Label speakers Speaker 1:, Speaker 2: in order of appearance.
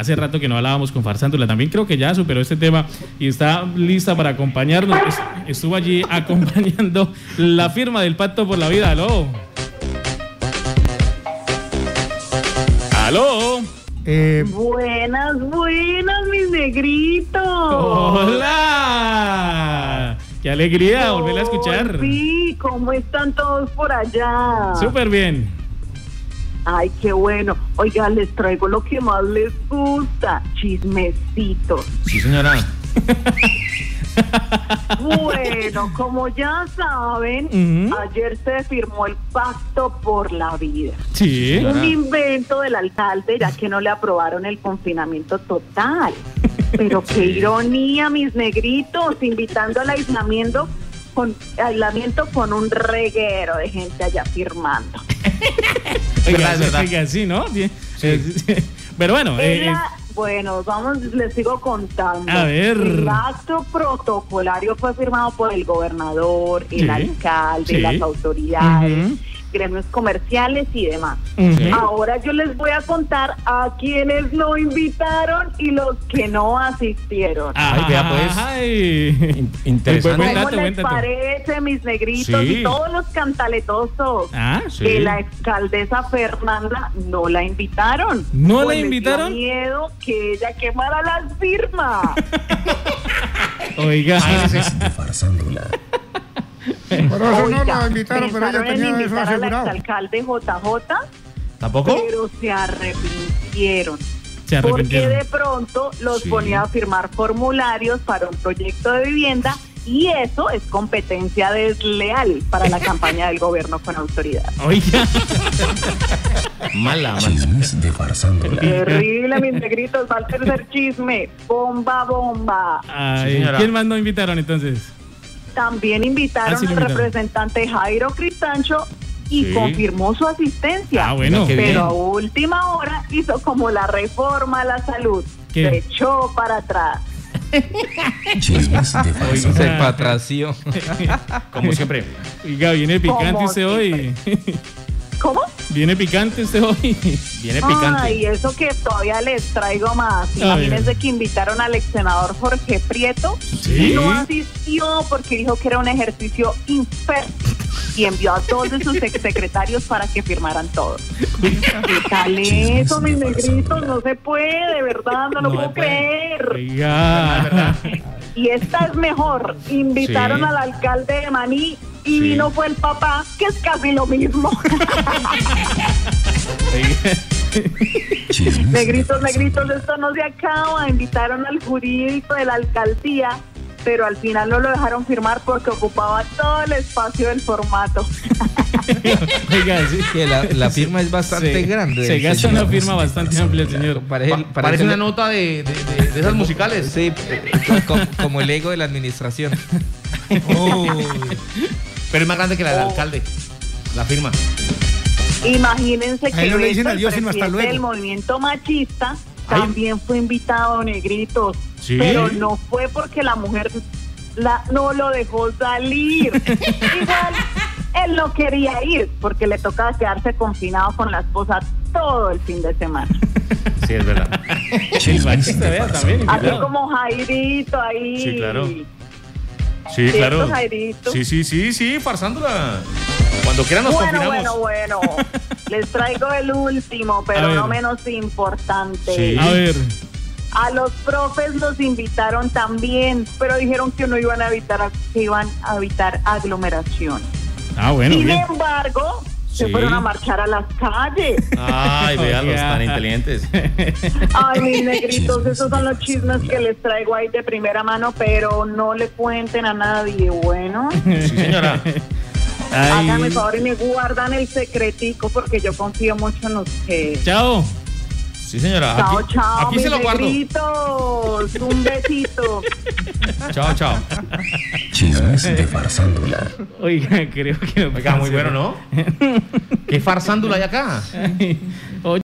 Speaker 1: Hace rato que no hablábamos con Farsándula, también creo que ya superó este tema y está lista para acompañarnos. Es- Estuvo allí acompañando la firma del Pacto por la Vida. Aló. Aló.
Speaker 2: Eh,
Speaker 3: Buenas, buenas, mis negritos.
Speaker 1: Hola. Qué alegría volverla a escuchar.
Speaker 3: Ay, Sí, ¿cómo están todos por allá?
Speaker 1: Súper bien.
Speaker 3: Ay, qué bueno. Oiga, les traigo lo que más les gusta, chismecitos.
Speaker 4: Sí, señora.
Speaker 3: Bueno, como ya saben,
Speaker 1: Ujú.
Speaker 3: ayer se firmó el pacto por la vida.
Speaker 1: Sí.
Speaker 4: Ajá.
Speaker 3: Un invento del alcalde, ya que no le aprobaron el confinamiento total. Pero qué ironía, mis negritos, invitando al aislamiento con, aislamiento con un reguero de gente allá firmando.
Speaker 1: Oiga,
Speaker 4: Verdad, es verdad.
Speaker 1: oiga, sí, ¿no? Sí. Eh, Pero bueno, eh,
Speaker 3: Era- bueno, vamos, les sigo contando.
Speaker 1: A ver.
Speaker 3: El acto protocolario fue firmado por el gobernador, el
Speaker 1: Sí,
Speaker 3: alcalde,
Speaker 1: sí.
Speaker 3: las autoridades,
Speaker 1: Ujú.
Speaker 3: gremios comerciales y demás.
Speaker 1: eh, ujú.
Speaker 3: Ahora yo les voy a contar a quienes lo invitaron y los que no asistieron.
Speaker 1: Ah,
Speaker 4: Ay, vea, pues.
Speaker 1: Ay.
Speaker 4: In- interesante.
Speaker 1: Buen dato,
Speaker 3: ¿Cómo
Speaker 1: buen
Speaker 3: les
Speaker 1: dato.
Speaker 3: parece, mis negritos
Speaker 4: Sí.
Speaker 3: y todos los cantaletosos?
Speaker 1: Ah,
Speaker 4: Sí.
Speaker 3: Que la alcaldesa Fernanda no la invitaron.
Speaker 1: ¿No la
Speaker 3: les dio
Speaker 1: invitaron?
Speaker 3: miedo que ella quemara las firmas.
Speaker 1: oiga.
Speaker 2: pero eso no
Speaker 3: Oiga,
Speaker 2: lo invitaron, pero ella
Speaker 3: pensaron en
Speaker 2: tenía eso
Speaker 3: invitar al
Speaker 2: asegurado.
Speaker 3: exalcalde JJ,
Speaker 4: ¿Tampoco?
Speaker 3: pero se arrepintieron.
Speaker 1: Se
Speaker 3: porque
Speaker 1: arrepintieron.
Speaker 3: de pronto los
Speaker 1: Sí.
Speaker 3: ponía a firmar formularios para un proyecto de vivienda y eso es competencia desleal para la campaña del gobierno con autoridad.
Speaker 1: Oiga.
Speaker 4: Mala, mala.
Speaker 5: Chismes de farsándola.
Speaker 3: Terrible, mis negritos, va al tercer chisme. Bomba, bomba.
Speaker 1: Ay,
Speaker 4: señora.
Speaker 1: ¿Quién más no invitaron entonces?
Speaker 3: También invitaron
Speaker 1: Ah, sí, lo
Speaker 3: al
Speaker 1: invitaron.
Speaker 3: representante Jairo Cristancho y
Speaker 4: Sí.
Speaker 3: confirmó su asistencia.
Speaker 1: Ah, bueno.
Speaker 4: Qué bien.
Speaker 3: Pero a última hora hizo como la reforma a la salud.
Speaker 1: ¿Qué?
Speaker 3: Se echó para atrás.
Speaker 5: Chismes de
Speaker 4: Se
Speaker 5: farsándola.
Speaker 4: patració. Como siempre.
Speaker 1: Oiga, viene picante
Speaker 3: Como
Speaker 1: usted hoy.
Speaker 3: ¿Cómo?
Speaker 1: Viene picante usted hoy.
Speaker 4: Viene picante.
Speaker 3: Ay, eso que todavía les traigo más.
Speaker 1: A ver.
Speaker 3: Imagínense que invitaron al ex senador Jorge Prieto
Speaker 1: Sí.
Speaker 3: y no asistió porque dijo que era un ejercicio inferno y envió a todos de sus exsecretarios para que firmaran todo. ¿Qué tal eso, mis negritos? No se puede, de verdad, no lo
Speaker 4: No se
Speaker 3: puedo
Speaker 4: puede.
Speaker 3: creer.
Speaker 1: pues, Oiga.
Speaker 3: Y esta es mejor. Invitaron
Speaker 4: Sí.
Speaker 3: al alcalde de Maní y
Speaker 4: Sí.
Speaker 3: vino fue el papá, que es casi lo mismo.
Speaker 5: Chismes de
Speaker 3: Negritos,
Speaker 5: farsándola.
Speaker 3: negritos, esto no se acaba. Invitaron al jurídico de la alcaldía, pero al final no lo dejaron firmar porque ocupaba todo el espacio del formato.
Speaker 1: Oiga, sí.
Speaker 6: que la, la firma es bastante
Speaker 1: Se-
Speaker 6: grande.
Speaker 1: Se gasta una firma bastante amplia, el señor.
Speaker 6: Parece,
Speaker 4: Pa- parece una nota de, de- de- de esas musicales.
Speaker 6: Sí, eh, como, como el ego de la administración.
Speaker 4: Pero es más grande que la del alcalde. La firma.
Speaker 3: Imagínense
Speaker 2: A él
Speaker 3: que
Speaker 2: no le dicen
Speaker 3: Beto,
Speaker 2: adiós,
Speaker 3: el
Speaker 2: sino hasta
Speaker 3: presidente
Speaker 2: luego.
Speaker 3: del movimiento machista también fue invitado, negritos,
Speaker 1: Sí.
Speaker 3: pero no fue porque la mujer la, no lo dejó salir. Igual él no quería ir porque le tocaba quedarse confinado con la esposa todo el fin de semana.
Speaker 4: Sí, es verdad.
Speaker 1: El
Speaker 5: Chismes de
Speaker 1: machista, vea, también
Speaker 5: farsándola.
Speaker 3: Así
Speaker 1: invitado.
Speaker 3: como Jairito ahí.
Speaker 4: Sí, claro. Sí,
Speaker 3: ¿Cierto,
Speaker 4: claro.
Speaker 3: Jairito?
Speaker 4: Sí, sí, sí, sí, farsándola. Cuando quieran nos
Speaker 3: bueno, bueno,
Speaker 4: confinamos.
Speaker 3: bueno. Les traigo el último,
Speaker 1: A
Speaker 3: pero no
Speaker 1: ver.
Speaker 3: menos importante.
Speaker 4: Sí.
Speaker 1: A ver.
Speaker 3: A los profes los invitaron también, pero dijeron que no iban a evitar, que iban a evitar aglomeración.
Speaker 1: Ah, bueno,
Speaker 3: Sin
Speaker 1: bien.
Speaker 3: embargo, se
Speaker 4: Sí.
Speaker 3: fueron a marchar a las calles.
Speaker 4: Ay, vean los
Speaker 1: Oiga.
Speaker 4: tan inteligentes.
Speaker 3: Ay, mis negritos,
Speaker 5: Chismes
Speaker 3: esos son los
Speaker 5: de
Speaker 3: chismes que les traigo ahí de primera mano, pero no le cuenten a nadie, bueno.
Speaker 4: Sí, señora.
Speaker 1: Ay.
Speaker 3: Háganme el favor y me guardan el secretico porque yo confío mucho en ustedes.
Speaker 1: Chao.
Speaker 4: Sí, señora.
Speaker 3: Chao,
Speaker 4: Aquí-
Speaker 3: chao.
Speaker 4: Aquí se
Speaker 3: mis
Speaker 4: lo guardo.
Speaker 3: negritos. Un besito.
Speaker 4: Chao, chao.
Speaker 5: Chismes de farsándola.
Speaker 1: Oiga, creo que.
Speaker 4: Oiga, muy bueno, ¿no? ¿Qué farsándula hay acá?